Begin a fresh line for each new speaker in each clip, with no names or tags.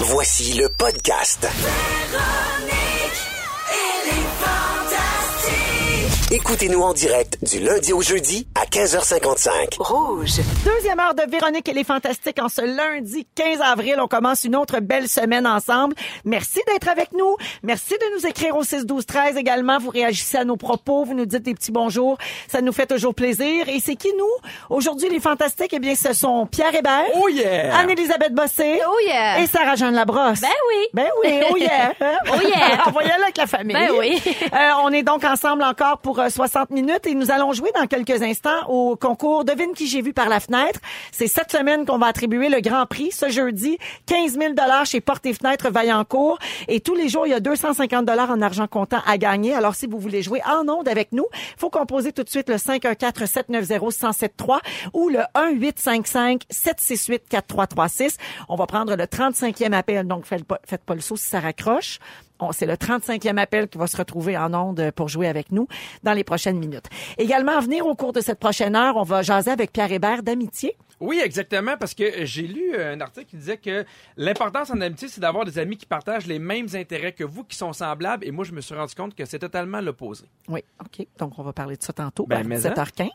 Voici le podcast. Écoutez-nous en direct du lundi au jeudi à 15h55.
Deuxième heure de Véronique et les Fantastiques en ce lundi 15 avril. On commence une autre belle semaine ensemble. Merci d'être avec nous. Merci de nous écrire au 6-12-13 également. Vous réagissez à nos propos. Vous nous dites des petits bonjours. Ça nous fait toujours plaisir. Et c'est qui nous? Aujourd'hui, les Fantastiques, eh bien, ce sont Pierre Hébert.
Oh yeah!
Anne-Elisabeth Bossé.
Oh yeah!
Et Sarah-Jeanne Labrosse.
Ben oui.
Ben oui. Oh yeah!
Oh yeah!
Envoyez-le avec la famille.
Ben oui.
Euh, on est donc ensemble encore pour euh, 60 minutes et nous allons jouer dans quelques instants au concours Devine qui j'ai vu par la fenêtre. C'est cette semaine qu'on va attribuer le grand prix. Ce jeudi, 15 000 chez Porte et Fenêtres Vaillancourt. Et tous les jours, il y a 250 en argent comptant à gagner. Alors, si vous voulez jouer en ondes avec nous, faut composer tout de suite le 514-790-1073 ou le 1-855-768-4336. On va prendre le 35e appel. Donc, faites pas, faites pas le saut si ça raccroche. On- C'est le 35e appel qui va se retrouver en ondes pour jouer avec nous dans les prochaines minutes. Également, à venir au cours de cette prochaine heure, on va jaser avec Pierre Hébert d'amitié.
Oui, exactement, parce que euh, j'ai lu euh, un article qui disait que l'importance en amitié, c'est d'avoir des amis qui partagent les mêmes intérêts que vous, qui sont semblables, et moi, je me suis rendu compte que c'est totalement l'opposé.
Oui, OK. Donc, on va parler de ça tantôt,
Ben,
vers
mais
17h15.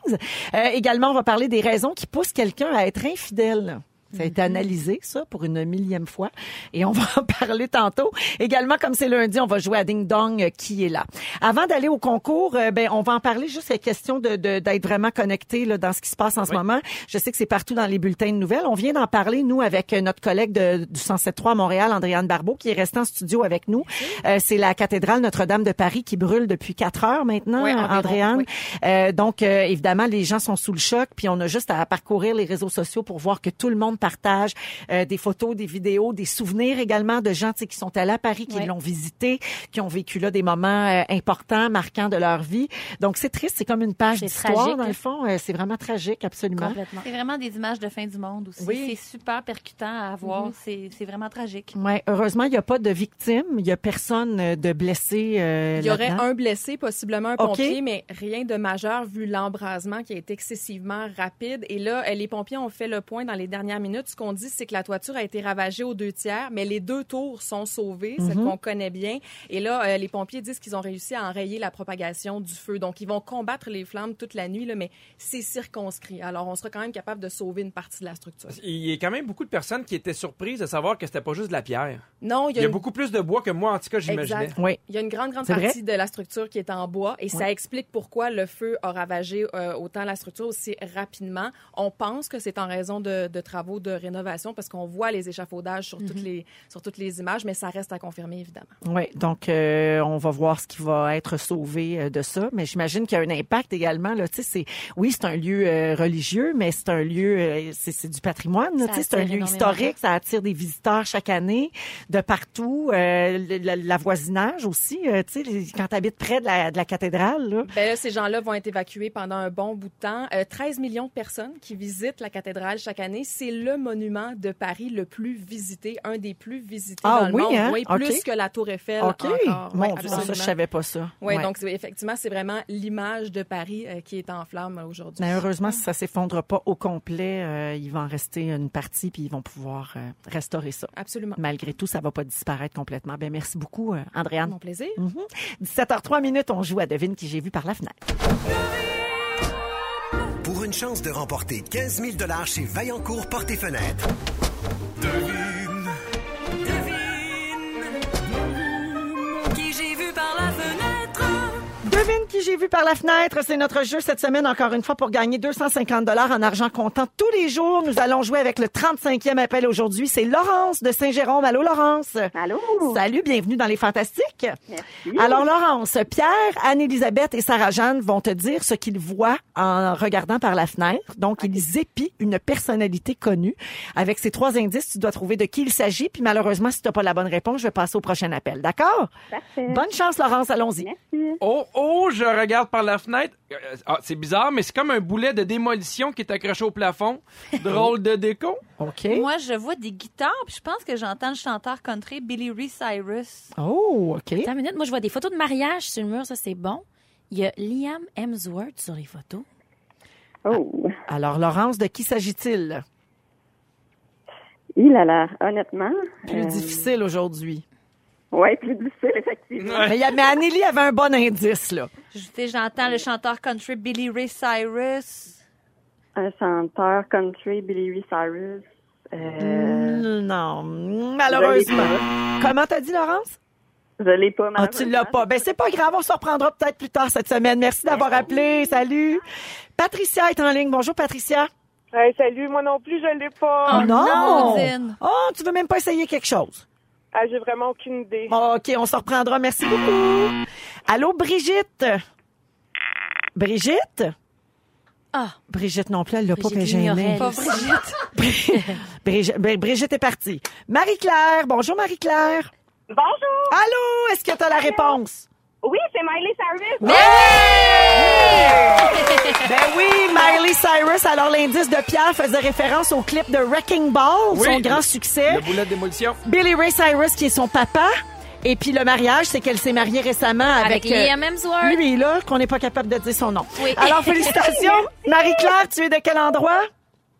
Euh, également, on va parler des raisons qui poussent quelqu'un à être infidèle. Ça a été
Mhm.
analysé, ça, pour une millième fois. Et on va en parler tantôt. Également, comme c'est lundi, on va jouer à Ding Dong euh, qui est là. Avant d'aller au concours, euh, ben, on va en parler juste la question de, de- d'être vraiment connecté là, dans ce qui se passe en ce
Oui.
moment. Je sais que c'est partout dans les bulletins de nouvelles. On vient d'en parler, nous, avec euh, notre collègue de, du 107.3 à Montréal, Andréane Barbeau, qui est restée en studio avec nous. Euh, c'est la cathédrale Notre-Dame de Paris qui brûle depuis quatre heures maintenant
Oui,
hein,
environ,
Andréane.
oui.
Euh, donc, euh, évidemment, les gens sont sous le choc, puis on a juste à parcourir les réseaux sociaux pour voir que tout le monde partage euh, des photos, des vidéos, des souvenirs également de gens tu sais, qui sont allés à Paris, qui
Ouais.
l'ont visité, qui ont vécu là des moments euh, importants, marquants de leur vie. Donc, c'est triste, c'est comme une page
C'est
d'histoire,
tragique,
dans
hein.
le fond. Euh, c'est vraiment tragique, absolument.
Complètement.
C'est vraiment des images de fin du monde aussi.
Oui.
C'est super percutant à
Mhm.
voir. C'est- C'est vraiment tragique.
Ouais, heureusement, il n'y a pas de victimes, il n'y a personne euh, de blessé. euh,
Il y aurait
là-dedans.
un blessé, possiblement un
OK.
pompier, mais rien de majeur vu l'embrasement qui est excessivement rapide. Et là, euh, les pompiers ont fait le point dans les dernières minutes. Ce qu'on dit, c'est que la toiture a été ravagée aux deux tiers, mais les deux tours sont sauvées,
Mhm.
celles qu'on connaît bien. Et là, euh, les pompiers disent qu'ils ont réussi à enrayer la propagation du feu. Donc, ils vont combattre les flammes toute la nuit, là, mais c'est circonscrit. Alors, on sera quand même capable de sauver une partie de la structure.
Il y a quand même beaucoup de personnes qui étaient surprises de savoir que c'était pas juste de la pierre.
Non,
Il y a
une-
beaucoup plus de bois que moi, en tout cas, j'imaginais.
Exact.
Oui.
Il y a une grande, grande
C'est vrai?
partie de la structure qui est en bois et ça explique pourquoi le feu a ravagé euh, autant la structure aussi rapidement. On pense que c'est en raison de, de travaux de rénovation parce qu'on voit les échafaudages sur,
Mm-hmm.
toutes les, sur toutes les images, mais ça reste à confirmer, évidemment.
Oui, donc euh, on va voir ce qui va être sauvé euh, de ça, mais j'imagine qu'il y a un impact également. Là, Tu sais, c'est oui, c'est un lieu euh, religieux, mais c'est un lieu, euh, c'est c'est du patrimoine. là,
Ça
tu sais, C'est un
attire
lieu
énormément.
historique, ça attire des visiteurs chaque année de partout, euh, le- le- la voisinage aussi. euh, tu sais, les- quand tu habites près de la, de la cathédrale, là.
Ben là, ces gens-là vont être évacués pendant un bon bout de temps. Euh, 13 millions de personnes qui visitent la cathédrale chaque année. C'est le monument de Paris le plus visité, un des plus visités
Ah
dans
oui,
le monde.
hein?
Oui,
OK.
plus que la Tour Eiffel
Ok,
encore. Oui,
mon Dieu, ça, je
absolument.
savais pas ça.
Oui,
Ouais.
donc c'est- effectivement, c'est vraiment l'image de Paris euh, qui est en flamme euh, aujourd'hui.
Mais heureusement, si ça s'effondre pas au complet, euh, il va en rester une partie, puis ils vont pouvoir euh, restaurer ça.
Absolument.
Malgré tout, ça va pas disparaître complètement. Ben merci beaucoup, euh, Andréane. Mhm.
Mon plaisir.
17h03 minutes, on joue à devine qui j'ai vu par la fenêtre.
Pour une chance de remporter 15 000 chez Vaillancourt Porte et Fenêtres.
Qui j'ai vu par la fenêtre.
Devine qui j'ai vu par la fenêtre, c'est notre jeu cette semaine encore une fois pour gagner 250 dollars en argent comptant tous les jours. Nous allons jouer avec le 35e appel aujourd'hui, c'est Laurence de Saint-Jérôme. Allô Laurence.
Allô?
Salut, bienvenue dans les fantastiques. Alors Laurence, Pierre, Anne-Elisabeth et Sarah-Jeanne vont te dire ce qu'ils voient en regardant par la fenêtre. Donc ils épient une personnalité connue. Avec ces trois indices, tu dois trouver de qui il s'agit. Puis malheureusement, si tu n'as pas la bonne réponse, je vais passer au prochain appel. D'accord
Parfait.
Bonne chance Laurence, allons-y.
Merci.
Oh, oh, je regarde par la fenêtre. Euh, ah, c'est bizarre, mais c'est comme un boulet de démolition qui est accroché au plafond. Drôle de déco.
OK.
Moi, je vois des guitares, puis je pense que j'entends le chanteur country Billy Ray Cyrus.
Oh, OK. Puis
T'as- Attends une minute, minute, moi, moi, je vois des photos de mariage sur le mur, ça, c'est bon. Il y a Liam Hemsworth sur les photos.
Oh,
Alors Laurence, de qui s'agit-il
Il a l'air, Ah, honnêtement.
Plus difficile aujourd'hui.
Oui, plus difficile, effectivement.
Mais, il y a- mais Anneli avait un bon indice, là.
Je- tu sais, J'entends le chanteur country Billy Ray Cyrus.
Un chanteur country, Billy Ray Cyrus. Euh,
Mm, Non, malheureusement. Comment t'as dit, Laurence?
Je l'ai pas,
Ah, tu l'as pas. Ben, c'est pas grave, on se reprendra peut-être plus tard cette semaine. Merci d'avoir appelé. Salut. Patricia est en ligne. Bonjour, Patricia.
Hey, salut, moi non plus, je l'ai
Oh,
pas.
Odine.
Oh, tu veux même pas essayer quelque chose?
Ah, j'ai vraiment aucune idée.
Bon, OK, on se reprendra. Merci beaucoup. Allô, Brigitte? Brigitte?
Ah.
Brigitte non plus, elle l'a pas, mais
Brigitte
j'ai aimé.
Vignerel. Pas Brigitte.
Brigitte, ben, Brigitte est partie. Marie-Claire, bonjour Marie-Claire.
Bonjour!
Allô, est-ce que tu as la réponse?
Oui, c'est Miley Cyrus.
Ben oui, Miley Cyrus. Alors, l'indice de Pierre faisait référence au clip de Wrecking Ball,
Oui.
son grand succès.
Le boulet d'émolition.
Billy Ray Cyrus, qui est son papa. Et puis, le mariage, c'est qu'elle s'est mariée récemment
Avec
avec,
Liam
euh,
Hemsworth.
lui, là, qu'on n'est pas capable de dire son nom.
Oui.
Alors, félicitations. Marie-Claire, tu es de quel endroit?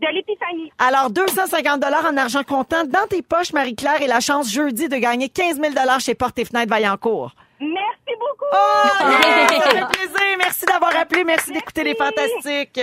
De l'épiphanie.
Alors, 250 en argent comptant dans tes poches, Marie-Claire, et la chance jeudi de gagner 15 000 chez Porte et Fenêtre Vaillancourt.
Merci beaucoup!
Ah,
Oh, yes, ça fait plaisir. Merci d'avoir appelé. Merci d'écouter les fantastiques.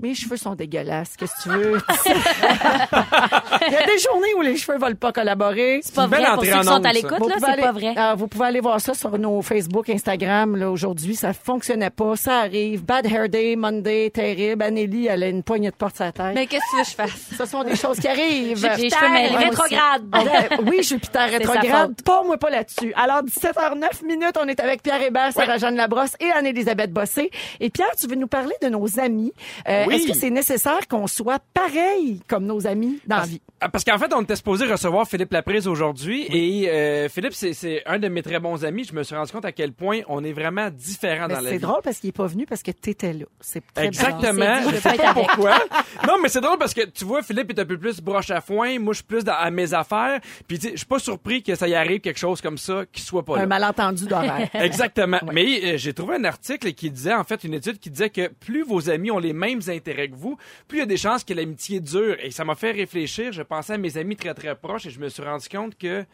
Mes cheveux sont dégueulasses. Qu'est-ce que tu veux? Il y a des journées où les cheveux ne veulent pas collaborer.
C'est pas
Une belle
vrai pour
entrée
ceux qui
en onde,
sont à
ça.
l'écoute, là,
aller,
ben,
c'est pas vrai.
Ah, vous pouvez aller voir ça sur nos Facebook, Instagram. Là, aujourd'hui, ça fonctionnait pas. Ça arrive. Bad Hair Day, Monday, terrible. Anneli, elle a une poignée de porte sur la tête.
Mais qu'est-ce que tu veux que je fasse?
Ce sont des choses qui arrivent.
J'ai les cheveux mêlés.
Moi aussi.
Rétrograde.
Ah ouais, oui, Jupiter
sa
rétrograde.
faute.
Pas moi, pas là-dessus. Alors, 17h09 minutes, on est avec Pierre Hébert, Sarah-Jeanne Labrosse et Anne-Élisabeth Bossé. Et Pierre, tu veux nous parler de nos amis. Euh,
Oui.
Est-ce que c'est nécessaire qu'on soit pareil comme nos amis dans la vie?
Ah, Parce qu'en fait, on était supposé recevoir Philippe Laprise aujourd'hui et euh, Philippe, c'est- c'est un de mes très bons amis. Je me suis rendu compte à quel point on est vraiment différents
Mais
dans la
C'est
vie.
drôle parce qu'il est pas venu parce que t'étais là. C'est très bizarre.
Exactement.
Il s'est dit,
Je
je
sais
veux pas
pas
être avec.
pourquoi. Non, mais c'est drôle parce que tu vois, Philippe est un peu plus broche à foin. Moi, je suis plus dans, à mes affaires. Puis, tu sais, je suis pas surpris que ça y arrive quelque chose comme ça qui soit pas là.
Un malentendu d'horaire.
Exactement. Mais euh, j'ai trouvé un article qui disait, en fait, une étude qui disait que plus vos amis ont les mêmes intérêts que vous, plus il y a des chances que l'amitié dure. Et ça m'a fait réfléchir. Je pensais à mes amis très, très proches et je me suis rendu compte que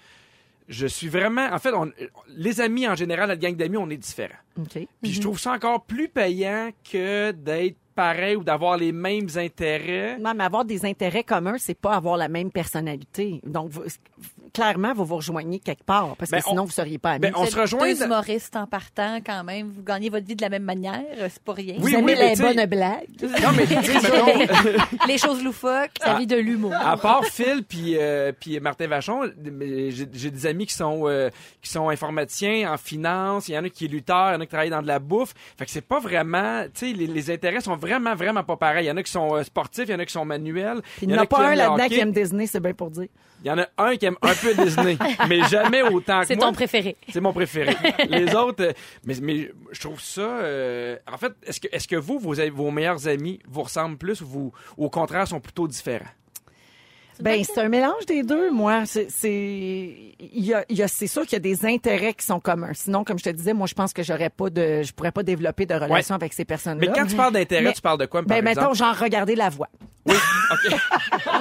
je suis vraiment. En fait, on- les amis en général, la gang d'amis, on est différents.
OK.
Puis je trouve ça encore plus payant que d'être pareil ou d'avoir les mêmes intérêts.
Non, mais avoir des intérêts communs, c'est pas avoir la même personnalité. Donc, vous- clairement, vous vous rejoignez quelque part parce que
Ben, on-
sinon, vous seriez pas amis.
Ben, on
Vous
se
êtes
rejoint.
Deux
dans-
humoristes en partant, quand même. Vous gagnez votre vie de la même manière. euh, C'est pas rien.
Oui,
vous aimez
oui, mais
les
tu sais-
bonnes blagues.
Non, mais Ah. tu sais, mettons,
Les choses loufoques.
La vie de l'humour.
À part Phil puis euh, puis Martin Vachon, mais j'ai j'ai des amis qui sont euh, qui sont informaticiens en finance, il y en a qui est lutteur, il y en a qui travaillent dans de la bouffe. Fait que c'est pas vraiment, tu sais les, les intérêts sont vraiment vraiment pas pareils. Il y en a qui sont euh, sportifs, il y en a qui sont manuels.
Il n'y en a pas un là-dedans qui aime Disney, c'est bien pour dire.
Il y en a un qui aime un peu Disney, mais jamais autant que
C'est
Ah. moi.
ton préféré.
C'est mon préféré. Les autres, euh, mais, mais je trouve ça. euh, en fait, est-ce que, est-ce que vous, vos, vos meilleurs amis, vous ressemblent plus ou vous, au contraire, sont plutôt différents?
Ben, c'est un mélange des deux, moi. C'est, c'est, il y a, il y a- c'est sûr qu'il y a des intérêts qui sont communs. Sinon, comme je te disais, moi, je pense que j'aurais pas de, je pourrais pas développer de relation avec ces personnes-là.
Mais quand tu parles d'intérêt,
Mais-
tu parles de quoi, par
ben,
exemple?
mettons, genre, regarder la voix.
Oui,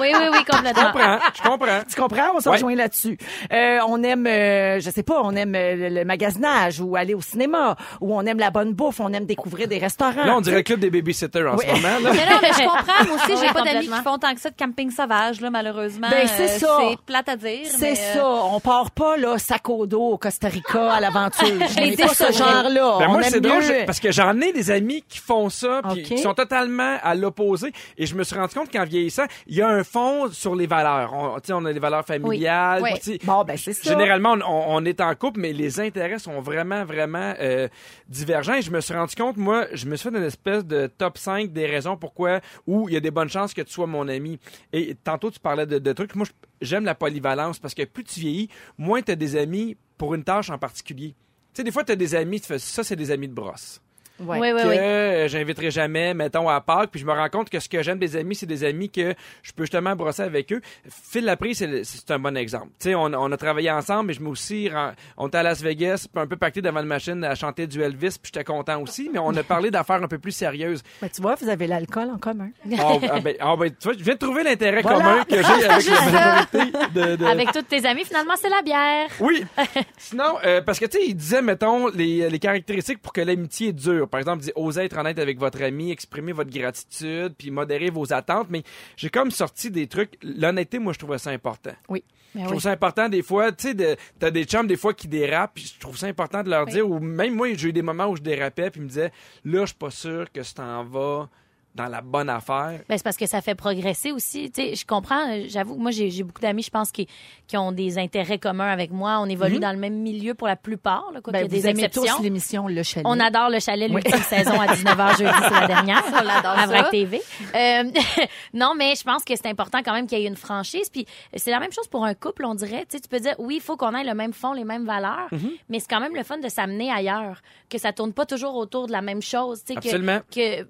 oui, oui, complètement.
Je comprends, je comprends.
Tu comprends? On se
Ouais.
rejoint là-dessus. Euh, on aime, euh, je sais pas, on aime euh, le, le magasinage ou aller au cinéma ou on aime la bonne bouffe, on aime découvrir des restaurants.
Là, on dirait le club des babysitters en
Oui.
ce moment. Là.
Mais non, mais je comprends. Moi aussi,
Oui,
j'ai pas d'amis
complètement.
qui font tant que ça de camping sauvage, là, malheureusement.
Ben, c'est
Euh,
ça.
C'est plate à dire.
C'est
mais, euh,
ça, on part pas là sac au dos au Costa Rica à l'aventure. Je
Les
n'ai pas ce
déceaux.
genre-là.
Ben
on
moi,
aime
c'est drôle
mieux-
je- parce que j'en ai des amis qui font ça, puis
Ok.
qui sont totalement à l'opposé. Et je me suis rendu compte qu'en vieillissant, il y a un fond sur les valeurs. On, tu sais, on a des valeurs familiales.
Oui.
puis tu sais,
Bon, ben, c'est ça.
Généralement, on, on- on est en couple, mais les intérêts sont vraiment, vraiment euh, divergents. Et je me suis rendu compte, moi, je me suis fait une espèce de top 5 des raisons pourquoi, où il y a des bonnes chances que tu sois mon ami. Et tantôt, tu parlais de, de trucs. Moi, je- j'aime la polyvalence parce que plus tu vieillis, moins tu as des amis pour une tâche en particulier. Tu sais, des fois, tu as des amis, tu fais ça, c'est des amis de brosse.
Ouais.
Oui, oui,
que
oui.
euh, j'inviterai jamais, mettons, à Pâques. Puis je me rends compte que ce que j'aime des amis, c'est des amis que je peux justement brosser avec eux. Phil Laprise, c'est le- c'est un bon exemple. Tu sais, on, on a travaillé ensemble, mais je me aussi... ren- On était à Las Vegas, puis un peu pacté devant une machine à chanter du Elvis, puis j'étais content aussi, mais on a parlé d'affaires un peu plus sérieuses.
Ben, tu vois, vous avez l'alcool en commun.
Ah, ah, ben, ah, ben, tu vois, je viens de trouver l'intérêt
Voilà.
commun que j'ai avec la
Juste
majorité de... de-
Avec toutes tes amies, finalement, c'est la bière.
Oui. Sinon, euh, parce que tu sais, il disait, mettons, les, les caractéristiques pour que l'amitié dure. Par exemple, il dit, osez être honnête avec votre ami, exprimer votre gratitude, puis modérer vos attentes. Mais j'ai comme sorti des trucs. L'honnêteté, moi, je trouvais ça important.
Ben
Je
oui.
trouve ça important des fois, tu sais, de- t'as des chums des fois qui dérapent, puis je trouve ça important de leur dire, ou même moi, j'ai eu des moments où je dérapais, puis ils me disaient, là, je suis pas sûr que ça t'en va dans la bonne affaire.
Ben, c'est parce que ça fait progresser aussi. Tu sais, je comprends, euh, j'avoue, moi, j'ai j'ai beaucoup d'amis, je pense, qui, qui ont des intérêts communs avec moi. On évolue dans le même milieu pour la plupart, là, quoi
Ben,
qu'il y a
vous
des
aimez
exceptions.
tous l'émission Le Chalet.
On adore le chalet, l'ultime saison à 19h jeudi, c'est la dernière.
Ça, on l'adore,
À Vrac
ça.
TV. Euh, non, mais je pense que c'est important quand même qu'il y ait une franchise. Puis c'est la même chose pour un couple, on dirait. Tu, sais, tu peux dire, oui, il faut qu'on ait le même fond, les mêmes valeurs,
Mm-hmm.
mais c'est quand même le fun de s'amener ailleurs, que ça tourne pas toujours autour de la même chose. Tu sais, que-
Absolument.
Que, euh,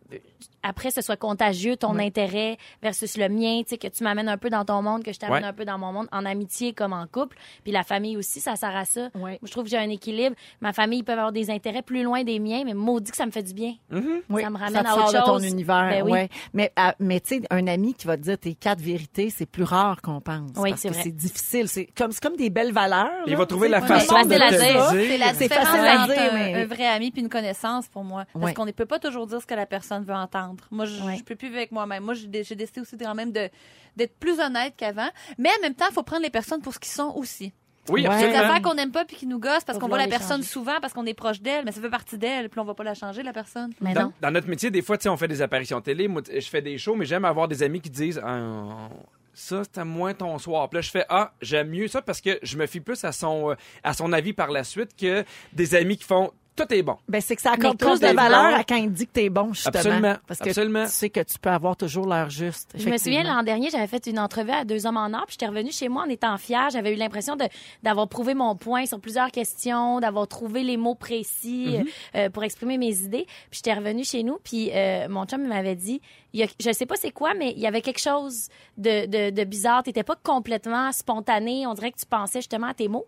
après, ce soit contagieux, ton intérêt versus le mien, tu sais, que tu m'amènes un peu dans ton monde, que je t'amène
Ouais.
un peu dans mon monde, en amitié comme en couple. Puis la famille aussi, ça sert à ça.
Ouais.
Je trouve que j'ai un équilibre. Ma famille, ils peuvent avoir des intérêts plus loin des miens, mais maudit que ça me fait du bien.
Mm-hmm.
Ça me ramène
te
à
sort
autre
de ton
chose.
univers.
Ben oui.
ouais. Mais, à- mais tu sais, un ami qui va te dire tes quatre vérités, c'est plus rare qu'on pense.
Oui,
parce
c'est
que
vrai.
c'est difficile. C'est comme, c'est comme des belles valeurs.
Il
là,
va trouver
tu
la
sais.
mais
façon
facile
de
à
te
dire.
le
C'est
dire.
la
C'est
différence
facile à
entre
dire,
un,
mais-
un vrai ami puis une connaissance pour moi. Parce
Ouais.
qu'on ne peut pas toujours dire ce que la personne veut entendre. Moi, je,
Ouais.
je peux plus vivre avec moi-même. Moi, j'ai dé- j'ai décidé aussi de- quand même de- d'être plus honnête qu'avant. Mais en même temps, il faut prendre les personnes pour ce qu'ils sont aussi.
Oui,
Ouais.
Il y a des
absolument.
affaires qu'on n'aime pas puis qui nous gossent
Faut
parce qu'on voit
vouloir
la
les
personne
changer.
souvent, parce qu'on est proche d'elle, mais ça fait partie d'elle, puis on va pas la changer, la personne.
Mais
dans,
non.
dans notre métier, des fois, tu sais, on fait des apparitions télé. Moi, t- je fais des shows, mais j'aime avoir des amis qui disent Ah, ça, c'était moins ton soir. Puis là, je fais ah, j'aime mieux ça parce que je me fie plus à son euh, à son avis par la suite que des amis qui font tout est bon.
Ben, c'est que ça accorde
Mais
plus de
t'es
valeur
bon.
à quand il dit que t'es bon, justement.
Absolument,
Parce que
absolument.
tu sais que tu peux avoir toujours l'heure juste.
Je me souviens,
effectivement.
l'an dernier, j'avais fait une entrevue à Deux hommes en or, puis j'étais revenue chez moi en étant fière. J'avais eu l'impression de- d'avoir prouvé mon point sur plusieurs questions, d'avoir trouvé les mots précis euh, pour exprimer mes idées. Puis j'étais revenue chez nous, puis euh, mon chum il m'avait dit, il y a- je sais pas c'est quoi, mais il y avait quelque chose de, de, de bizarre. T'étais pas complètement spontané. On dirait que tu pensais justement à tes mots.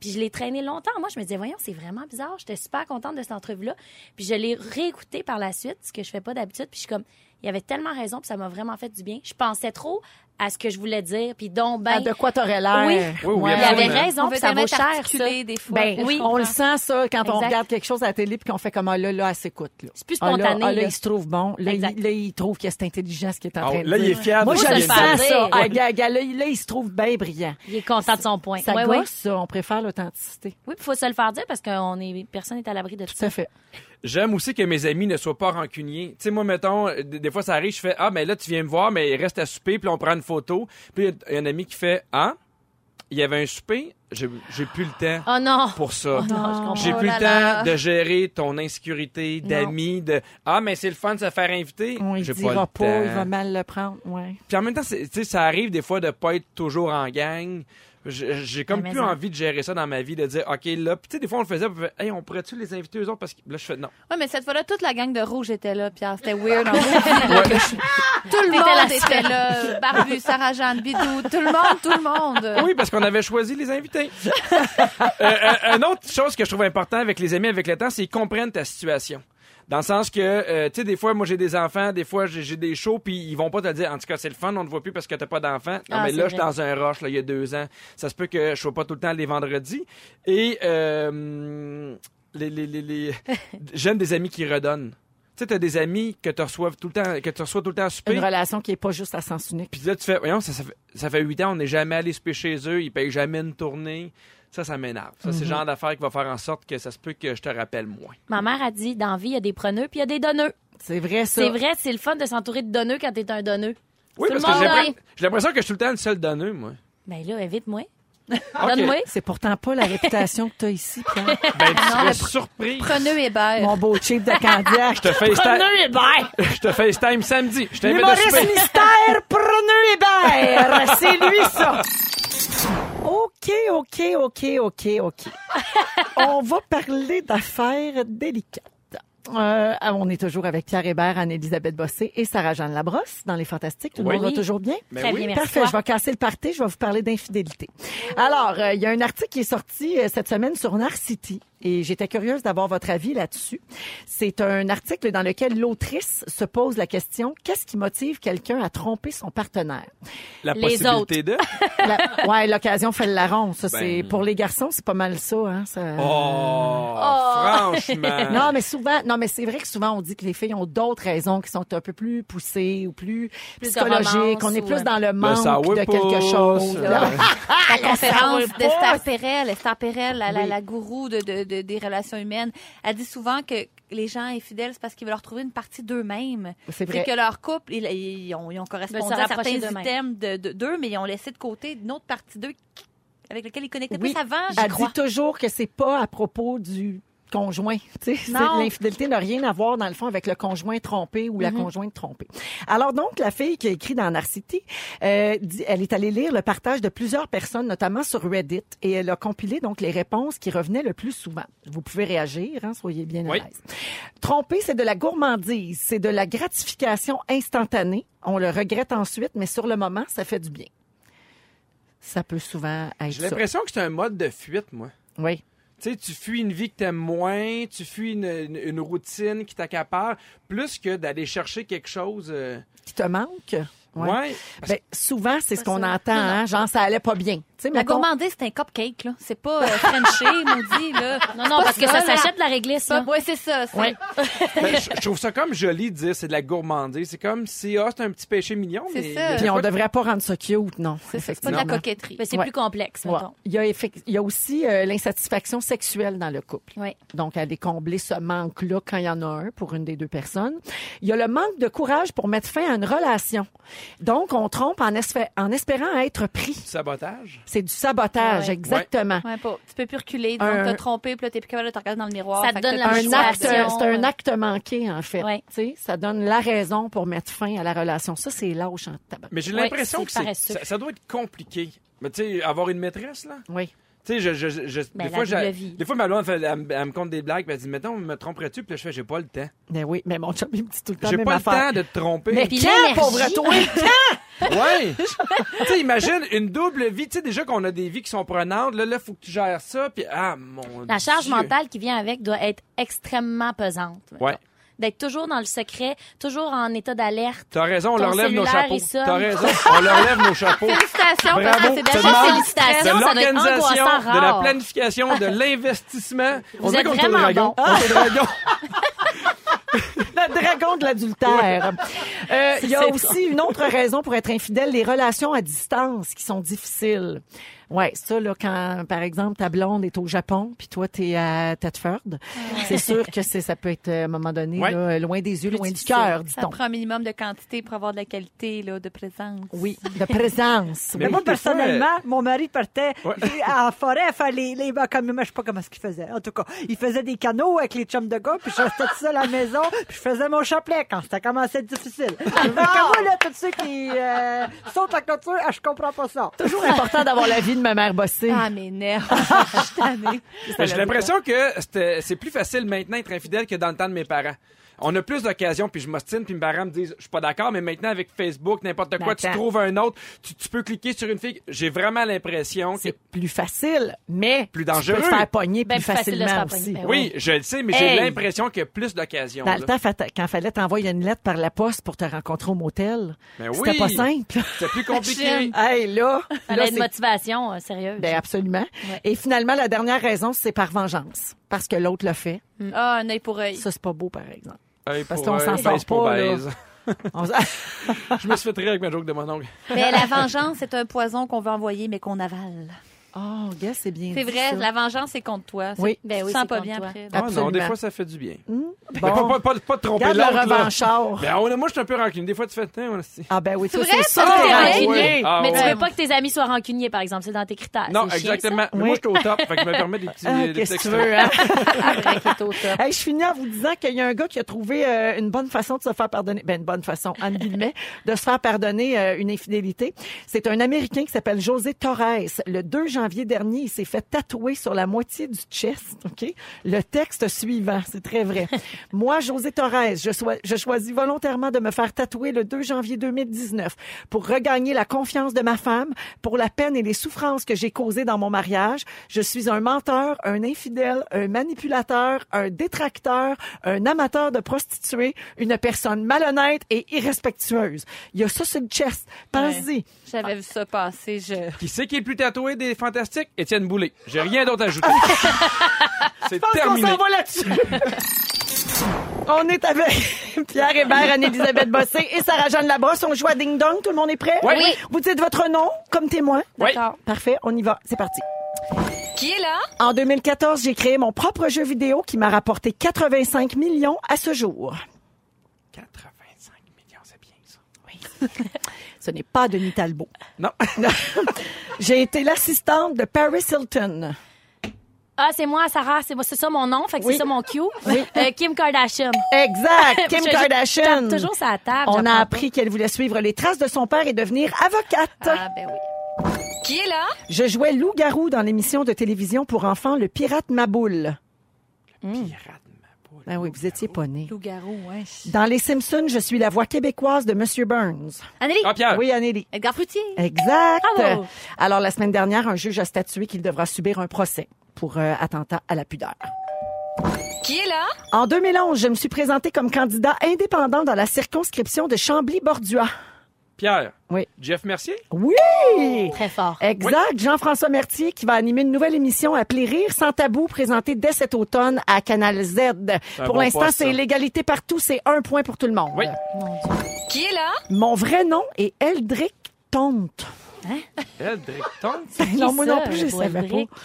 Puis je l'ai traîné longtemps. Moi, je me disais, voyons, c'est vraiment bizarre. J'étais super contente de cette entrevue-là. Puis je l'ai réécoutée par la suite, ce que je fais pas d'habitude. Puis je suis comme, il avait tellement raison, puis ça m'a vraiment fait du bien. Je pensais trop à ce que je voulais dire, puis donc, ben,
Ah, de quoi t'aurais l'air.
Oui.
Oui, oui,
il
absolument.
avait
Absolument.
raison,
on
puis
veut
ça
tellement
vaut cher, ça.
t'articuler des fois.
Ben,
Je
oui,
comprends.
on le sent, ça, quand on
Exact.
regarde quelque chose à la télé puis qu'on fait comme, ah là, là, elle s'écoute. là.
C'est plus
Ah, là,
spontané,
Ah, là,
là.
il se trouve bon. Là, il,
Exact.
là, il trouve que c'est intelligent ce qu'il est en
Ah,
train de
là, il est
dire.
fier
Moi,
de
Faut
je
se
le
le faire
sens, ça.
dire.
Ah, gars, gars, là, il- là, il se trouve bien brillant.
Il est content de son point.
Ça
oui,
gosse,
oui.
ça. On préfère l'authenticité.
Oui, puis faut se le faire dire parce qu'on est, personne n'est à l'abri de tout
Tout
ça.
à fait.
J'aime aussi que mes amis ne soient pas rancuniers. Tu sais, moi, mettons, euh, des, des fois, ça arrive, je fais Ah, mais là, tu viens me voir, mais reste à souper, puis on prend une photo. Puis il y a- il y a un ami qui fait Ah, il y avait un souper, j'ai j'ai plus le temps
Oh non!
pour
Oh
ça.
non, je comprends.
J'ai
Oh
plus
là
le
là.
temps de gérer ton insécurité, d'amis, de Ah, mais c'est le fun de se faire inviter.
On ne
J'ai
dira pas,
le
il
temps.
va mal le prendre. Ouais.
Puis en même temps, c'est- tu sais, ça arrive des fois de pas être toujours en gang. Je- J'ai comme
Mais
plus
mais ça.
envie de gérer ça dans ma vie, de dire OK, là. Puis tu sais, des fois, on le faisait, puis on fait, hey, on pourrait-tu les inviter eux autres parce que là, je fais non.
Ouais, mais cette fois-là, toute la gang de rouge était là, Pierre. C'était weird. On dirait que je- Tout le monde était là. Barbu, Sarah-Jeanne, Bidou, tout le monde, tout le monde.
Oui, parce qu'on avait choisi les invités. Euh, euh, une autre chose que je trouve important avec les amis avec le temps, c'est qu'ils comprennent ta situation. Dans le sens que, euh, tu sais, des fois, moi, j'ai des enfants, des fois, j'ai j'ai des shows, puis ils vont pas te dire, en tout cas, c'est le fun, on te voit plus parce que t'as pas d'enfants. Non,
Ah,
mais
c'est
là, je suis
vrai.
dans un rush, là, il y a deux ans. Ça se peut que je sois pas tout le temps les vendredis. Et, euh, les, les, les, les- j'aime des amis qui redonnent. Tu sais, t'as des amis que tu reçois tout le temps, que tu reçois tout le temps à souper.
Une relation qui n'est pas juste à sens unique.
Puis là, tu fais, voyons, ça, ça fait, ça fait 8 ans, on n'est jamais allé souper chez eux, ils payent jamais une tournée. Ça, ça m'énerve. Ça, c'est le genre d'affaire qui va faire en sorte que ça se peut que je te rappelle moins.
Ma mère a dit, dans la vie, il y a des preneurs puis il y a des donneux.
C'est vrai, ça.
C'est vrai, c'est le fun de s'entourer de donneux quand t'es un donneux.
Oui,
Tout le
parce que j'ai
monde,
l'impre-
oui.
j'ai l'impression que je suis tout le temps une seule donneuse, moi.
Ben là, évite-moi.
OK.
Donne-moi.
C'est pourtant pas la réputation que tu as ici, Pierre.
Ben, tu serais
mais-
surpris.
Preneux Hébert.
Mon beau cheap de Candiac.
Je te FaceTime,
Preneux, Hébert!
je te FaceTime samedi. Je t'invite à
Humoriste
souper.
mystère, preneux Hébert. C'est lui, ça. OK, OK, OK, OK, OK. On va parler d'affaires délicates. Euh, on est toujours avec Pierre Hébert, Anne-Élisabeth Bossé et Sarah-Jeanne Labrosse dans Les Fantastiques. Tout le
Oui.
monde va toujours bien?
Ben
Très
oui.
bien, merci.
Parfait, je vais casser le party, je vais vous parler d'infidélité. Alors, euh, il y a un article qui est sorti euh, cette semaine sur Narcity et j'étais curieuse d'avoir votre avis là-dessus. C'est un article dans lequel l'autrice se pose la question qu'est-ce qui motive quelqu'un à tromper son partenaire
La
Les
possibilité de.
La- Ouais, l'occasion fait le larron, ça
Ben.
c'est pour les garçons, c'est pas mal ça hein, ça-
Oh, franchement.
Non, mais souvent, non, mais c'est vrai que souvent on dit que les filles ont d'autres raisons qui sont un peu plus poussées ou plus,
Plus de
psychologiques.
romance,
On est
ou,
plus
euh,
dans le
Le
manque
sourpuss,
de quelque chose. là.
euh,
la conférence
savait pas.
d'Esther Perel, Esther Perel, la, la, la gourou de, de, de- des relations humaines, elle dit souvent que les gens infidèles, c'est parce qu'ils veulent retrouver une partie d'eux-mêmes.
C'est vrai.
C'est que leur couple, ils, ils ont, ils ont correspondu
Veulent se
à certains
rapprocher d'eux-mêmes.
items de- de- d'eux, mais ils ont laissé de côté une autre partie d'eux qui- avec laquelle ils connectaient
Oui.
plus avant, je
Elle
Ah, crois.
dit toujours que c'est pas à propos du conjoint. Tu sais, c'est-
Non. Mm-hmm.
L'infidélité n'a rien à voir, dans le fond, avec le conjoint trompé ou la conjointe trompée. Alors donc, la fille qui a écrit dans Narcity, euh, dit- elle est allée lire le partage de plusieurs personnes, notamment sur Reddit, et elle a compilé donc les réponses qui revenaient le plus souvent. Vous pouvez réagir, hein, soyez bien à
Oui.
l'aise. Tromper, c'est de la gourmandise, c'est de la gratification instantanée. On le regrette ensuite, mais sur le moment, ça fait du bien. Ça peut souvent être
J'ai
ça.
l'impression que c'est un mode de fuite, moi.
Oui.
Tu sais, tu fuis une vie que t'aimes moins, tu fuis une, une- une routine qui t'accapare, plus que d'aller chercher quelque chose. euh,
Qui te manque?
Ouais.
Ouais.
Parce-
Ben, souvent, c'est ce qu'on
ça.
entend,
Non, non.
hein? genre ça allait pas bien. Tu sais,
La
mettons-
gourmandise, c'est un cupcake, là. C'est pas euh, Frenché, maudit, là.
Non, non, parce que ça
ça, là.
s'achète de la réglisse, là.
Oui, c'est ça. c'est-
Ouais.
ben, je, je trouve ça comme joli de dire c'est de la gourmandise. C'est comme si, ah, c'est un petit péché mignon.
C'est
mais-
ça.
Puis on devrait pas rendre ça cute, non.
C'est ça, c'est pas de la
effectivement.
coquetterie.
Mais Ben, c'est
Ouais.
plus complexe,
Ouais.
mettons.
Il, y a effect- il y a aussi euh, l'insatisfaction sexuelle dans le couple.
Ouais.
Donc, aller combler ce manque-là quand il y en a un pour une des deux personnes. Il y a le manque de courage pour mettre fin à une relation. Donc, on trompe en, esfe- en espérant être pris.
Sabotage.
C'est du sabotage,
Ouais.
exactement.
Ouais, pas- tu peux plus reculer, disons
Un-
que t'as trompé, puis là, t'es plus capable de te regarder dans le miroir.
Ça
Fait
te
que
donne
t'as
la
plus
un
le
joie,
acte,
choix d'action.
c'est un acte manqué en fait.
Ouais.
Tu sais, Ça donne la raison pour mettre fin à la relation. Ça, c'est lâche en tabac.
Mais j'ai
Ouais,
l'impression
c'est
que c'est,
paresseux.
ça, ça doit être compliqué. Mais tu sais, avoir une maîtresse, là.
Oui.
Tu sais, je, je, je- je-
Ben,
des,
la
fois,
double
j'ai-
vie.
des fois, ma blonde, elle, elle me- elle me compte des blagues, puis elle dit, mettons, me tromperais-tu? Puis là, je fais, j'ai pas le temps.
Mais oui, mais mon chum, il me dit tout le temps
J'ai
même
pas le
affaire.
temps de te tromper.
Mais
Puis
quand,
l'énergie.
pauvre toi?
Ouais! tu sais, imagine une double vie. Tu sais, déjà qu'on a des vies qui sont prenantes. Là, là, faut que tu gères ça. Puis, ah, mon
La charge
Dieu.
mentale qui vient avec doit être extrêmement pesante. mettons.
Ouais.
D'être toujours dans le secret, toujours en état d'alerte.
T'as raison, on
Ton
leur lève nos
cellulaire,
chapeaux.
il sonne.
T'as raison, on leur lève nos chapeaux.
Félicitations, parce que
Bravo,
c'est
ça
bien
demande
fait,
félicitations,
de
ça doit être
l'organisation,
angoissant
de la
rare.
planification, de l'investissement.
Vous
dirait
êtes
qu'on tourne
vraiment
dragon.
bon.
On tourne dragon.
Le dragon de l'adultère. Euh, Il y a aussi une autre raison pour être infidèle, les relations à distance qui sont difficiles. Ouais, ça là quand par exemple ta blonde est au Japon puis toi t'es à Tedford, c'est sûr que c'est ça peut être à un moment donné
Ouais.
là, loin des yeux, loin du
difficile.
cœur,
Ça
dit-on.
prend un minimum de quantité pour avoir de la qualité là, de présence.
Oui, de présence.
Mais
oui.
moi,
Moi, personnellement, mon mari partait
Ouais.
en forêt à faire les, les comme moi, je sais pas comment ce qu'il faisait. En tout cas, il faisait des canaux avec les chums de gars, puis je restais tout seul à la maison, puis je faisais mon chapelet quand ça commençait à être difficile. Fait que
Ah!
moi, là, tous ceux qui euh, sautent la clôture, ah, je comprends pas ça.
toujours important d'avoir l'avis de ma mère bossée.
Ah, mais nerfs. Je suis tannée.
Mais J'ai l'impression que c'était- c'est plus facile maintenant être infidèle que dans le temps de mes parents. On a plus d'occasions, puis je m'ostine, puis mes parents me disent, je suis pas d'accord, mais maintenant avec Facebook, n'importe quoi, tu
attends.
trouves un autre, tu, tu peux cliquer sur une fille. J'ai vraiment l'impression que...
C'est plus facile, mais
Plus
tu peux
dangereux.
te faire pogner
Ben,
plus
plus facile de se
facilement
faire pogner,
aussi.
ben
Oui, je le sais, mais j'ai
Hey.
l'impression qu'il y a plus d'occasions.
Dans
là.
le temps, fata- quand fallait t'envoyer une lettre par la poste pour te rencontrer au motel,
Ben
c'était
oui.
pas simple.
C'est plus compliqué.
hey, là, là,
Fallait une
c'est-
motivation euh, sérieuse.
ben absolument. Et finalement, la dernière raison, c'est par vengeance. Parce que l'autre le fait.
Ah, un œil pour œil.
Ça, c'est pas beau, par exemple.
Hey,
Parce
pour
qu'on s'en
un,
sort
baise pour
pas, là.
baise.
On se-
Je me suis fait rire avec ma joke de mon oncle.
Mais la vengeance, c'est un poison qu'on veut envoyer, mais qu'on avale.
oh, gars, c'est bien
C'est
dit,
vrai,
ça.
la vengeance, c'est contre toi. C'est-
Oui.
Ben oui,
tu te sens
c'est
pas
contre
bien
toi.
après.
Ah non, des
Absolument. Hmm?
fois, ça fait du bien. Mais
Bon.
Pas, pas, pas, pas de tromper
Regarde
l'autre,
le
là.
revanchard.
Ben, on- moi, je suis un peu rancune. Des fois, tu fais... Tiens, on a-
Ah ben oui,
C'est
toi,
vrai,
c'est ça.
parce
t'es
que-
rancunier.
ouais. Ah,
mais tu
ouais.
veux pas que tes amis soient rancuniers, par exemple. C'est dans tes
Ah,
critères.
Non,
C'est chiant,
exactement. Mais
Oui.
moi, je suis au top. fait que je me permets des petits.
Ah,
des
qu'est-ce que
petits
tu
extraits.
veux, hein?
Après, qui est au top.
Hey, je finis en vous disant qu'il y a un gars qui a trouvé euh, une bonne façon de se faire pardonner, ben une bonne façon, en guillemets, de se faire pardonner euh, une infidélité. C'est un Américain qui s'appelle José Torres. Le 2 janvier janvier dernier, il s'est fait tatouer sur la moitié du chest, OK? Le texte suivant, c'est très vrai. Moi, José Torres, je, sois- je choisis volontairement de me faire tatouer le 2 janvier 2019 pour regagner la confiance de ma femme, pour la peine et les souffrances que j'ai causées dans mon mariage. Je suis un menteur, un infidèle, un manipulateur, un détracteur, un amateur de prostituées, une personne malhonnête et irrespectueuse. Il y a ça sur le chest. Pense-y.
J'avais vu ça passer. Je...
Qui c'est qui est le plus tatoué des fantastiques? Étienne Boulay. J'ai rien d'autre à ajouter. c'est
pense qu'on
terminé.
s'en va là-dessus. On est avec Pierre Hébert, Anne-Elisabeth Bossé et Sarah-Jeanne Labrosse. On joue à Ding Dong. Tout le monde est prêt?
Ouais. Oui.
Vous dites votre nom comme témoin?
Oui.
Parfait, on y va. C'est parti.
Qui est là?
En 2014, j'ai créé mon propre jeu vidéo qui m'a rapporté 85 millions à ce jour.
85 millions, c'est bien ça.
Ce n'est pas Denis Talbot.
Non.
J'ai été l'assistante de Paris Hilton.
Ah, c'est moi, Sarah. C'est moi, c'est ça mon nom. Fait que
Oui.
c'est ça mon cue. Euh, Kim Kardashian.
Exact, Kim
Je- je
Kardashian.
tape toujours sa table.
On
j'apprends
a
pas.
appris qu'elle voulait suivre les traces de son père et devenir avocate.
Ah, ben oui.
Qui est là?
Je jouais loup-garou dans l'émission de télévision pour enfants Le Pirate Maboule. Hmm.
Pirate, ma poule.
Ben oui, vous étiez pas né.
Loup-garou, ouais.
Dans Les Simpsons, je suis la voix québécoise de Monsieur Burns.
Anneli,
Ah, Pierre.
Oui, Anneli.
Edgar Fruitier.
Exact.
Bravo.
Alors, la semaine dernière, un juge a statué qu'il devra subir un procès pour euh, attentat à la pudeur.
Qui est là?
En 2011, je me suis présentée comme candidat indépendant dans la circonscription de Chambly-Bordua.
Pierre.
Oui.
Jeff Mercier.
Oui!
Très fort.
Exact. Jean-François Mertier qui va animer une nouvelle émission appelée Rire sans tabou présentée dès cet automne à Canal Z.
un
Pour
bon
l'instant,
poste,
c'est
ça.
l'égalité partout. C'est un point pour tout le monde.
Oui.
Qui est là?
Mon vrai nom est Eldrick Tonte.
Eldrick Tonte.
Non, moi
Qui
non
ça,
plus, je
pour
savais
Elbrick?
pas.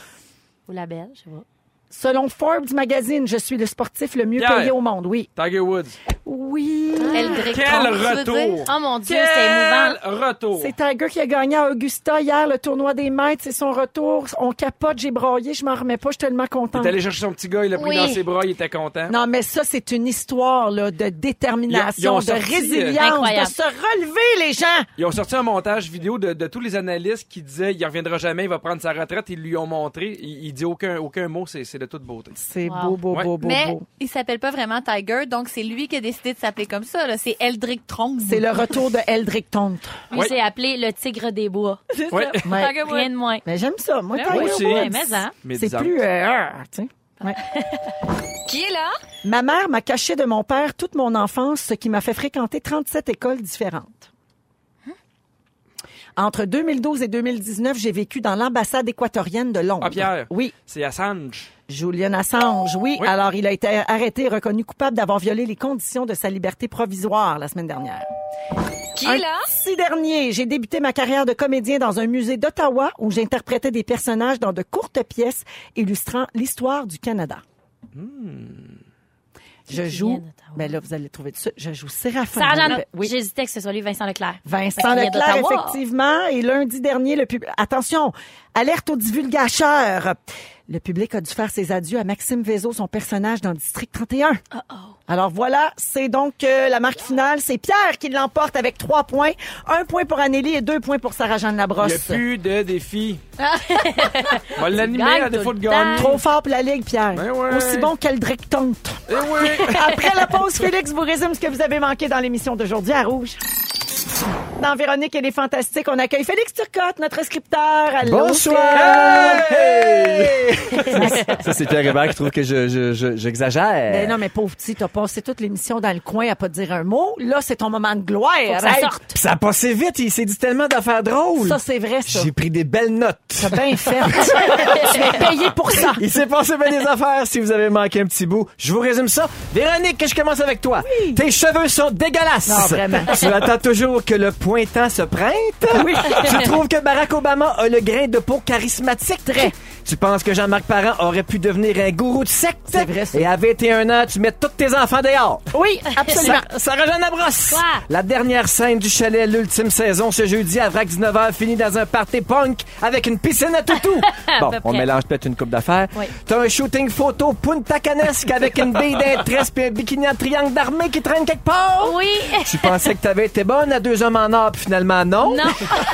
Ou la belle, je sais pas.
Selon Forbes Magazine, je suis le sportif le mieux
Pierre.
payé au monde. Oui. Ah.
Tiger Woods.
Oui.
Ah, Eldrick
Quel
Tonte, tu veux
retour!
dire?
Oh mon Dieu,
Quel
c'était émouvant.
retour!
C'est Tiger qui a gagné à Augusta hier le tournoi des maîtres. C'est son retour. On capote, j'ai broyé, je m'en remets pas, je suis tellement
Il
contente.
est allé chercher son petit gars, il l'a pris
Oui.
dans ses bras, il était content.
Non, mais ça, c'est une histoire là, de
Ils ont-
détermination,
ils ont
de
sorti, euh,
résilience,
Incroyable.
de se relever, les gens.
Ils ont sorti un montage vidéo de, de tous les analystes qui disaient il reviendra jamais, il va prendre sa retraite. Ils lui ont montré. Il, il dit aucun, aucun mot, c'est c'est de toute beauté.
C'est
Wow.
beau, beau,
Ouais.
beau, beau,
Mais
beau.
il s'appelle pas vraiment Tiger, donc c'est lui qui a décidé de s'appeler comme ça. là. C'est Eldrick Tronc.
C'est le retour de Eldrick Tonte.
Lui,
Oui.
c'est appelé le tigre des bois.
Ouais.
Ouais.
Tiger Woods.
Rien de moins.
Mais j'aime ça. Moi,
Mais
Tiger
oui,
c'est-
Woods,
Ouais, mais hein.
Mais
c'est
disons-
plus... euh, ah, tu sais. Ouais.
Qui est là?
Ma mère m'a caché de mon père toute mon enfance, ce qui m'a fait fréquenter 37 écoles différentes.
Hein?
Entre 2012 et 2019, j'ai vécu dans l'ambassade équatorienne de Londres.
Ah, Pierre.
Oui.
C'est Assange.
Julian Assange, oui.
Oui.
Alors, il a été arrêté et reconnu coupable d'avoir violé les conditions de sa liberté provisoire la semaine dernière.
Qui
Un
est là?
petit dernier, j'ai débuté ma carrière de comédien dans un musée d'Ottawa où j'interprétais des personnages dans de courtes pièces illustrant l'histoire du Canada. Je
Hmm.
qui
joue,
vient d'Ottawa?
mais là vous allez le trouver dessus, je joue Séraphin.
Sarah-Jeanne,
Lambert. Oui.
j'hésitais que ce soit lui, Vincent Leclerc.
Vincent
Parce qu'il vient
Leclerc,
d'Ottawa.
effectivement. Et lundi dernier, le public... Attention, alerte aux divulgateurs. Le public a dû faire ses adieux à Maxime Vézo, son personnage dans District 31. Alors voilà, c'est donc euh, la marque finale. C'est Pierre qui l'emporte avec trois points. Un point pour Anélie et deux points pour Sarah-Jeanne
Il n'y a
Labrosse.
plus de défi. On va l'animer
Ah. gagnes
à défaut
tout
de
le
gagner.
Trop fort pour la Ligue, Pierre.
Ben ouais.
Aussi bon qu'Eldrick Tonte.
Eh oui!
Après la pause, Félix vous résume ce que vous avez manqué dans l'émission d'aujourd'hui à Rouge. Dans Véronique et les Fantastiques, on accueille Félix Turcotte, notre scripteur. Allô,
Bonsoir! Ça, c'est Pierre Hébert qui trouve que je- je- je- j'exagère.
Ben non, mais pauvre petit, t'as passé toute l'émission dans le coin à pas te dire un mot. Là, c'est ton moment de gloire.
Faut que ça
Hey,
sorte.
Puis ça a passé vite, il s'est dit tellement d'affaires drôles.
Ça, c'est vrai, ça.
J'ai pris des belles notes.
T'as bien fait. tu es payé pour ça.
Il s'est passé bien des affaires si vous avez manqué un petit bout. Je vous résume ça. Véronique, que je commence avec toi. Tes cheveux sont dégueulasses.
Non, vraiment.
Tu attends toujours que le pointant se prête. Oui. Tu trouves que Barack Obama a le grain de peau charismatique. Très. Tu penses que Jean-Marc Parent aurait pu devenir un gourou de secte?
C'est vrai, ça.
Et à 21 ans, tu mets tous tes enfants dehors.
Oui, absolument.
Sa- Sarah-Jeanne Labrosse. La dernière scène du chalet, l'ultime saison, ce jeudi à Vrac 19h, finit dans un party punk avec une piscine à toutou.
À
bon,
peu
on
près.
mélange peut-être une coupe d'affaires.
Oui.
T'as un shooting photo punta canesque avec une bille d'intresse puis un bikini en triangle d'armée qui traîne quelque part.
Oui.
Tu pensais que t'avais été bonne à deux hommes en or, puis finalement non.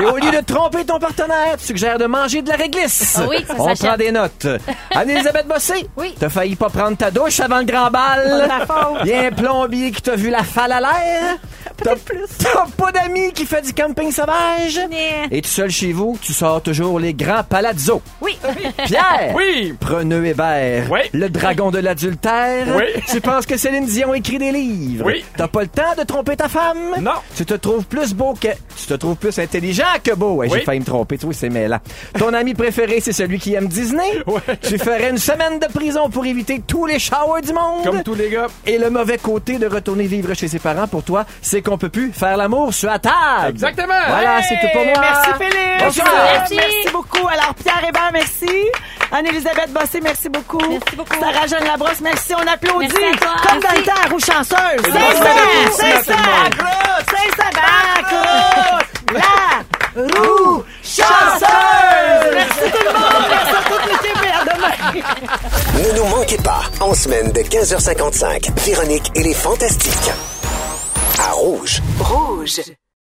Et au lieu de tromper ton partenaire, tu suggères de manger de la réglisse.
Ah oui, ça
On
s'achète.
prend des notes. Anne-Elisabeth Bossé,
Oui.
t'as failli pas prendre ta douche avant le grand bal.
Pas de ma faute. Ah,
Il y a un plombier qui t'a vu la falle à l'air. T'as t'as pas d'amis qui fait du camping sauvage. Et tout seul chez vous, tu sors toujours les grands palazzos.
Oui.
Pierre!
Oui!
Preneux et vert. Le dragon de l'adultère.
Oui.
Tu penses que Céline Dion écrit des livres.
Oui.
T'as pas le temps de tromper ta femme. Non. Tu te trouves plus beau que... Tu te trouves plus intelligent que beau. Ouais,
Oui.
J'ai failli me tromper. Tu vois, c'est mêlant. Ton ami préféré, c'est celui qui aime Disney. Tu ferais une semaine de prison pour éviter tous les showers du monde.
Comme tous les gars.
Et le mauvais côté de retourner vivre chez ses parents pour toi, c'est qu'on peut plus faire l'amour sur la table.
Exactement.
Voilà, c'est tout pour moi.
Merci Philippe.
Bonsoir.
Merci. Merci beaucoup. Alors Pierre Hébert, merci. Anne-Elisabeth Bossé, merci beaucoup. Merci beaucoup. Sarah-Jeanne Labrosse, merci. On applaudit.
Merci à toi.
Comme dans
Merci.
le temps, roue chanceuse.
Et bonne semaine.
C'est ça.
Bonne semaine à tout
C'est ça. Banque. La roue chanceuse. Merci tout le monde. Merci à toute l'équipe et à demain.
Ne nous manquez pas, en semaine de 15h55, Véronique et les Fantastiques. À Rouge. Rouge.